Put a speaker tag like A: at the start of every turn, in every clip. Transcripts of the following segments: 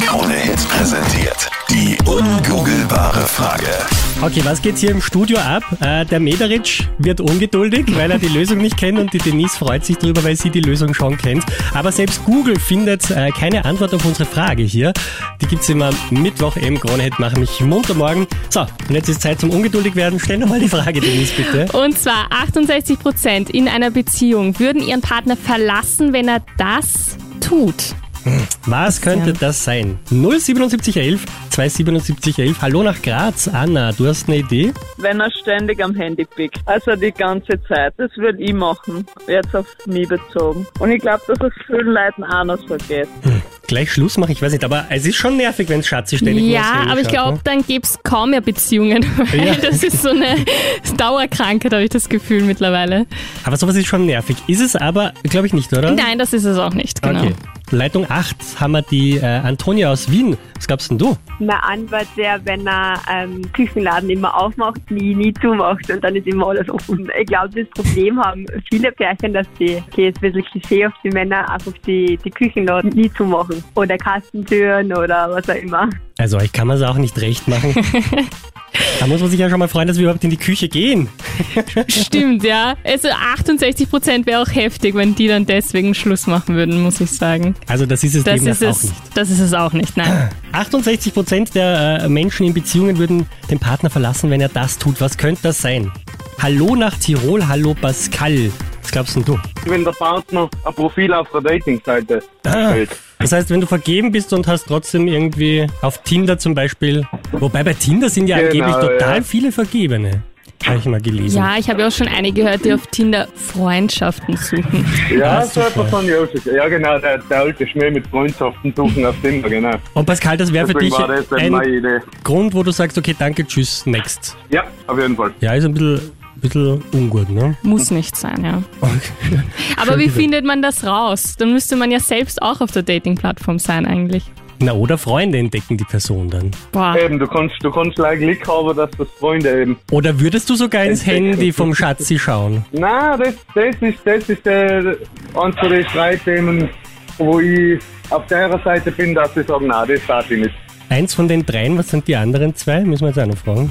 A: Fritz präsentiert die ungoogelbare Frage.
B: Okay, was geht's hier im Studio ab? Äh, der Mederitsch wird ungeduldig, weil er die Lösung nicht kennt und die Denise freut sich drüber, weil sie die Lösung schon kennt. Aber selbst Google findet äh, keine Antwort auf unsere Frage hier. Die gibt's immer am Mittwoch im Kronehit, mache mich munter morgen. So, und jetzt ist Zeit zum ungeduldig werden. Stell nochmal die Frage, Denise, bitte.
C: Und zwar 68 Prozent in einer Beziehung würden ihren Partner verlassen, wenn er das tut.
B: Was könnte das sein? 07711 27711. Hallo nach Graz, Anna, du hast eine Idee?
D: wenn er ständig am Handy pickt. Also die ganze Zeit. Das würde ich machen. Jetzt auf mich bezogen. Und ich glaube, dass es vielen Leuten auch noch so geht.
B: Gleich Schluss machen, ich weiß nicht, aber es ist schon nervig, wenn Schatzi ständig nur aufs
C: ja,
B: Handy
C: aber ich
B: schaut,
C: glaube,
B: ne?
C: dann gäbe es kaum mehr Beziehungen. Weil
B: Ja.
C: Das ist so eine Dauerkrankheit, habe ich das Gefühl mittlerweile.
B: Aber sowas ist schon nervig. Ist es aber, glaube ich nicht, oder? Ah,
C: Nein, das ist es auch nicht, genau.
B: Okay. Leitung 8 haben wir die äh, Antonia aus Wien. Was glaubst denn du?
E: Mein Anwalt wäre, wenn er ähm, Küchenladen immer aufmacht, nie, nie zumacht und dann ist immer alles offen. Ich glaube, das Problem haben viele Pärchen, dass die, okay, ist ein bisschen Klischee auf die Männer, einfach die, die Küchenladen nie zumachen oder Kastentüren oder was auch immer.
B: Also, ich kann man es auch nicht recht machen. da muss man sich ja schon mal freuen, dass wir überhaupt in die Küche gehen.
C: Stimmt, ja. Also 68 Prozent wäre auch heftig, wenn die dann deswegen Schluss machen würden, muss ich sagen.
B: Also, das ist es
C: Das
B: eben
C: ist
B: auch
C: es.
B: nicht.
C: Das ist es auch nicht, nein.
B: 68 Prozent der äh, Menschen in Beziehungen würden den Partner verlassen, wenn er das tut. Was könnte das sein? Hallo nach Tirol, hallo Pascal. Was glaubst denn du?
F: wenn der Partner ein Profil auf der Dating-Seite
B: Ah,
F: erstellt.
B: Das heißt, wenn du vergeben bist und hast trotzdem irgendwie auf Tinder zum Beispiel, wobei bei Tinder sind ja
F: Genau,
B: angeblich total
F: ja.
B: viele Vergebene, habe ich mal gelesen.
C: Ja, ich habe ja auch schon einige gehört, die auf Tinder Freundschaften suchen.
F: Ja,
B: Ah,
F: so etwas fand ich auch schon. Ja, genau, der, der alte Schnee mit Freundschaften suchen auf Tinder, genau.
B: Und Pascal, das wäre für
F: Deswegen
B: dich
F: war das dann
B: ein
F: meine Idee.
B: Grund, wo du sagst, okay, danke, tschüss, next.
F: Ja, auf jeden Fall.
B: Ja, ist ein bisschen, bisschen ungut, ne?
C: Muss nicht sein, ja. Aber wie findet man das raus? Dann müsste man ja selbst auch auf der Dating-Plattform sein eigentlich.
B: Na, oder Freunde entdecken die Person dann.
C: Boah.
F: Eben, du kannst, du kannst gleich Glück haben, dass das Freunde eben.
B: Oder würdest du sogar ins
F: Entdecken.
B: Handy vom Schatzi schauen?
F: Na, das, das ist, das ist äh, eins von den Streitthemen, wo ich auf der Seite bin, dass ich sage, nein, das darf ich nicht.
B: Eins von den dreien, was sind die anderen zwei? Müssen wir jetzt auch noch fragen.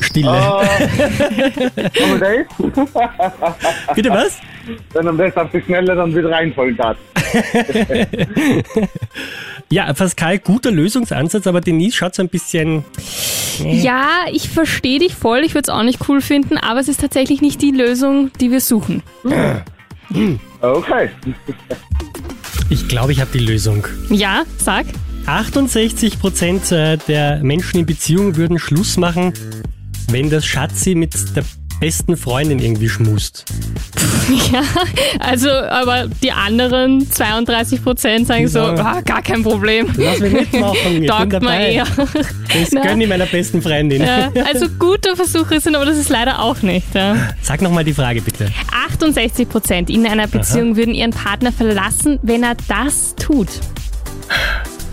B: Stille.
F: Aber das,
B: Bitte was?
F: wenn man das auf die Schnelle dann wieder reinfallen darf.
B: Ja, Pascal, guter Lösungsansatz, aber Denise schaut so ein bisschen.
C: Ja, ich verstehe dich voll, ich würde es auch nicht cool finden, aber es ist tatsächlich nicht die Lösung, die wir suchen.
F: Okay.
B: Ich glaube, ich habe die Lösung.
C: Ja, sag.
B: 68 Prozent äh, der Menschen in Beziehung würden Schluss machen, wenn das Schatzi mit der besten Freundin irgendwie schmust.
C: Ja, also, aber die anderen 32 Prozent sagen so,
B: Ja.
C: ah, gar kein Problem.
B: Lass mich mitmachen, ich bin
C: Taugt man
B: dabei.
C: eher.
B: Das gönn ich meiner besten Freundin.
C: Ja, also guter Versuch ist es, aber das ist leider auch nicht. Ja.
B: Sag nochmal die Frage bitte.
C: 68 Prozent in einer Beziehung würden ihren Partner verlassen, wenn er das tut.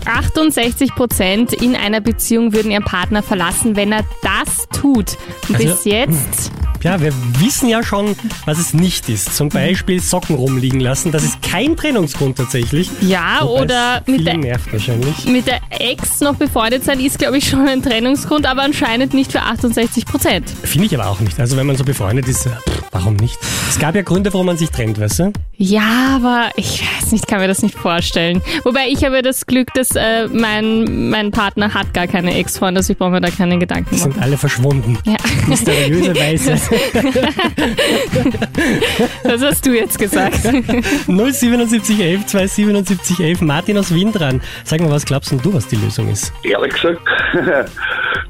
C: 68 Prozent in einer Beziehung würden ihren Partner verlassen, wenn er das tut. Und
B: Also-
C: bis jetzt,
B: Ja, wir wissen ja schon, was es nicht ist. Zum Beispiel Socken rumliegen lassen. Das ist kein Trennungsgrund tatsächlich.
C: ja,
B: Wobei
C: oder
B: es
C: mit
B: viel
C: der,
B: nervt wahrscheinlich.
C: mit der Ex noch befreundet sein, ist, glaube ich, schon ein Trennungsgrund, aber anscheinend nicht für 68 Prozent.
B: Finde ich aber auch nicht. Also wenn man so befreundet ist, äh, pff, warum nicht? Es gab ja Gründe, warum man sich trennt, weißt du?
C: Ja, aber ich weiß nicht, kann mir das nicht vorstellen. Wobei ich habe ja das Glück, dass äh, mein, mein Partner hat gar keine Ex-Freunde, also ich brauche mir da keine Gedanken
B: Die
C: machen.
B: sind alle verschwunden.
C: Ja.
B: Mysteriöserweise.
C: Das hast du jetzt gesagt.
B: 07711 27711 Martin aus Wien dran. Sag mal, was glaubst denn du, was die Lösung ist?
G: Ehrlich gesagt,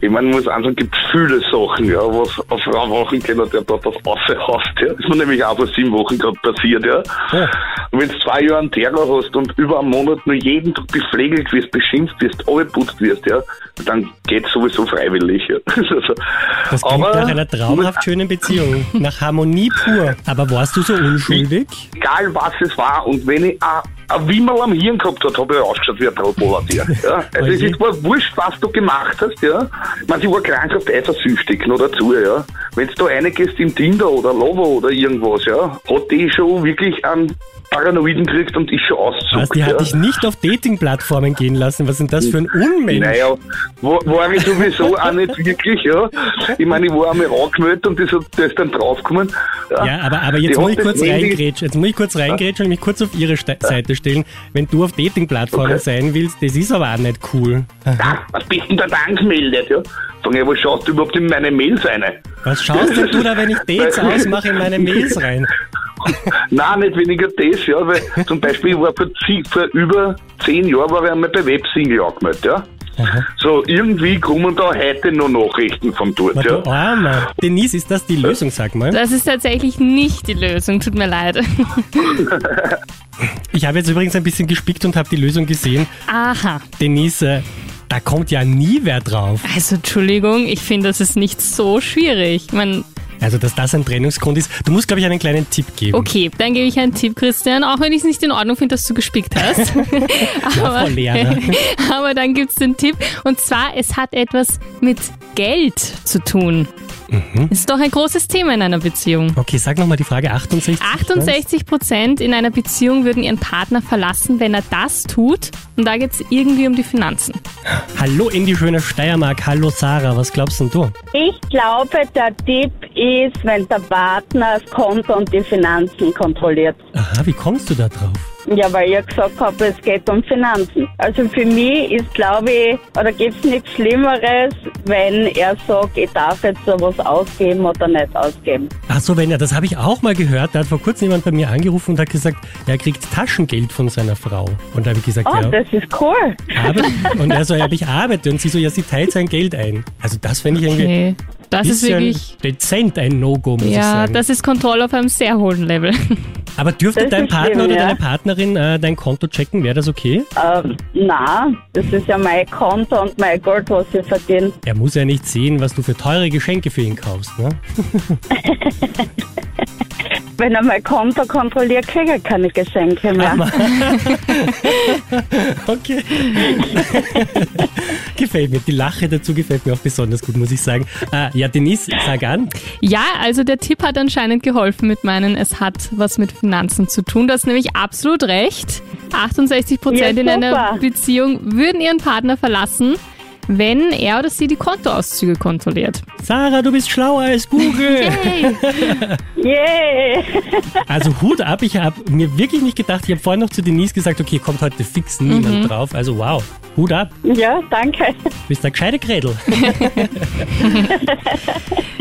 G: ich meine, man muss anschauen, gibt viele Sachen, ja, was eine Frau machen kann, der dort was raushaust, ja. Ist mir nämlich auch vor sieben Wochen gerade passiert, ja.
B: Ja.
G: Und wenn du zwei Jahre einen Terror hast und über einen Monat nur jeden Tag gepflegelt wirst, beschimpft wirst, angeputzt wirst, ja, dann geht's sowieso freiwillig, ja.
B: Das
G: Also,
B: klingt nach einer traumhaft schönen Beziehung. Nach Harmonie pur. Aber warst du so unschuldig?
G: egal was es war, und wenn ich ein, ein Wimmel am Hirn gehabt hat, habe ich ausgeschaut wie ein Trottelatier. Ja? Also es
B: Okay.
G: ist war wurscht, was du gemacht hast, ja. Ich meine, sie war krankhaft eifersüchtig noch dazu, ja. Wenn du da reingehst im Tinder oder Lovo oder irgendwas, ja, hat die schon wirklich einen Paranoiden kriegt und ich schon auszog.
B: Was, Ah, die hat
G: ja.
B: dich nicht auf Dating-Plattformen gehen lassen. Was sind das für ein Unmensch?
G: Naja, wa- war ich sowieso auch nicht wirklich, ja. Ich meine, ich war einmal angemeldet und das, hat- das ist dann draufgekommen.
B: Ja, aber, aber
G: Die
B: jetzt
G: hat
B: muss ich
G: das
B: kurz
G: Handy-
B: reingrätschen. Jetzt muss ich kurz reingrätschen und mich kurz auf ihre Ste Seite stellen. Wenn du auf Dating-Plattformen
G: Okay.
B: sein willst, das ist aber auch nicht cool.
G: Was bist denn da da angemeldet, ja? Sag ich, was schaust du überhaupt in meine Mails rein?
B: Was schaust denn du da, wenn ich Dates ausmache, in meine Mails rein?
G: Nein, nicht weniger das, ja, weil zum Beispiel ich war vor, zie- vor über zehn Jahren war ich einmal bei Websingle angemeldet, ja. So, irgendwie kommen da heute noch Nachrichten von dort,
B: Na,
G: ja.
B: du Armer. Denise, ist das die Lösung, sag mal?
C: Das ist tatsächlich nicht die Lösung, tut mir leid.
B: Ich habe jetzt übrigens ein bisschen gespickt und habe die Lösung gesehen.
C: Aha.
B: Denise, äh, da kommt ja nie wer drauf.
C: Also, Entschuldigung, ich finde, das ist nicht so schwierig. Man,
B: Also, dass das ein Trennungsgrund ist. Du musst, glaube ich, einen kleinen Tipp geben.
C: okay, dann gebe ich einen Tipp, Christian, auch wenn ich es nicht in Ordnung finde, dass du gespickt hast.
B: Frau Lehrer.
C: aber dann gibt es den Tipp. Und zwar, es hat etwas mit Geld zu tun. Ist doch ein großes Thema in einer Beziehung.
B: Okay, sag nochmal die Frage 68.
C: 68 Prozent in einer Beziehung würden ihren Partner verlassen, wenn er das tut. Und da geht es irgendwie um die Finanzen.
B: Hallo in die schöne Steiermark. Hallo Sarah, was glaubst denn du?
H: Ich glaube, der Tipp ist, wenn der Partner das Konto und die Finanzen kontrolliert.
B: Aha, wie kommst du da drauf?
H: Ja, weil ihr gesagt habt, es geht um Finanzen. Also für mich ist, glaube ich, oder gibt es nichts Schlimmeres, wenn er sagt, ich darf jetzt sowas ausgeben oder nicht ausgeben.
B: Ach so, wenn ja, das habe ich auch mal gehört. Da hat vor kurzem jemand bei mir angerufen und hat gesagt, er kriegt Taschengeld von seiner Frau. Und da habe ich gesagt,
H: Oh,
B: ja,
H: das ist cool.
B: aber, und er so, ja, aber ich arbeite. Und sie so, ja, sie teilt sein Geld ein. Also das finde ich irgendwie
C: Okay. Das ist
B: bisschen
C: wirklich.
B: dezent ein No-Go, muss ich
C: Ja,
B: sagen.
C: das ist Kontrolle auf einem sehr hohen Level.
B: aber dürfte
H: das
B: dein
H: ist
B: Partner
H: schlimm,
B: oder
H: ja.
B: deine Partnerin äh, dein Konto checken? Wäre das okay?
H: Ähm, na, das ist ja mein Konto und mein Geld, was ich verdiene.
B: Er muss ja nicht sehen, was du für teure Geschenke für ihn kaufst. Ne?
H: Wenn er mein Konto kontrolliert, kriege ich keine Geschenke mehr.
B: Okay. gefällt mir. Die Lache dazu gefällt mir auch besonders gut, muss ich sagen. Ah, ja, Denise, sag an.
C: ja, also der Tipp hat anscheinend geholfen mit meinen, es hat was mit Finanzen zu tun. Du hast nämlich absolut recht. 68 Prozent
H: Ja,
C: in einer
H: super.
C: Beziehung würden ihren Partner verlassen, wenn er oder sie die Kontoauszüge kontrolliert.
B: Sarah, du bist schlauer als Google.
C: Hey,
H: Yay!
B: also Hut ab, ich habe mir wirklich nicht gedacht. Ich habe vorhin noch zu Denise gesagt, okay, kommt heute fix niemand drauf. Also wow, Hut ab.
H: Ja, danke.
B: Du bist der gescheite Grädel.